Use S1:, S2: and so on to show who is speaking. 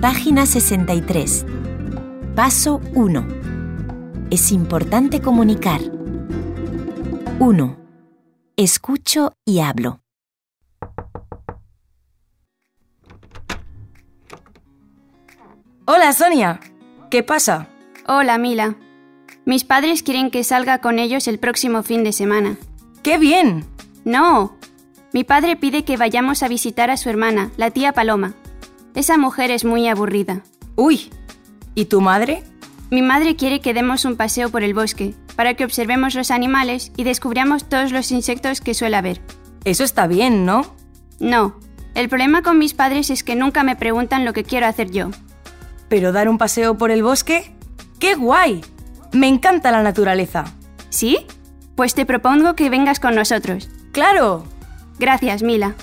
S1: Página 63. Paso 1. Es importante comunicar. 1. Escucho y hablo.
S2: Hola, Sonia. ¿Qué pasa?
S3: Hola, Mila. Mis padres quieren que salga con ellos el próximo fin de semana.
S2: ¡Qué bien!
S3: No. Mi padre pide que vayamos a visitar a su hermana, la tía Paloma. Esa mujer es muy aburrida.
S2: Uy. ¿Y tu madre?
S3: Mi madre quiere que demos un paseo por el bosque, para que observemos los animales y descubramos todos los insectos que suele haber.
S2: Eso está bien, ¿no?
S3: No. El problema con mis padres es que nunca me preguntan lo que quiero hacer yo.
S2: ¿Pero dar un paseo por el bosque? ¡Qué guay! Me encanta la naturaleza.
S3: ¿Sí? Pues te propongo que vengas con nosotros.
S2: ¡Claro!
S3: Gracias, Mila.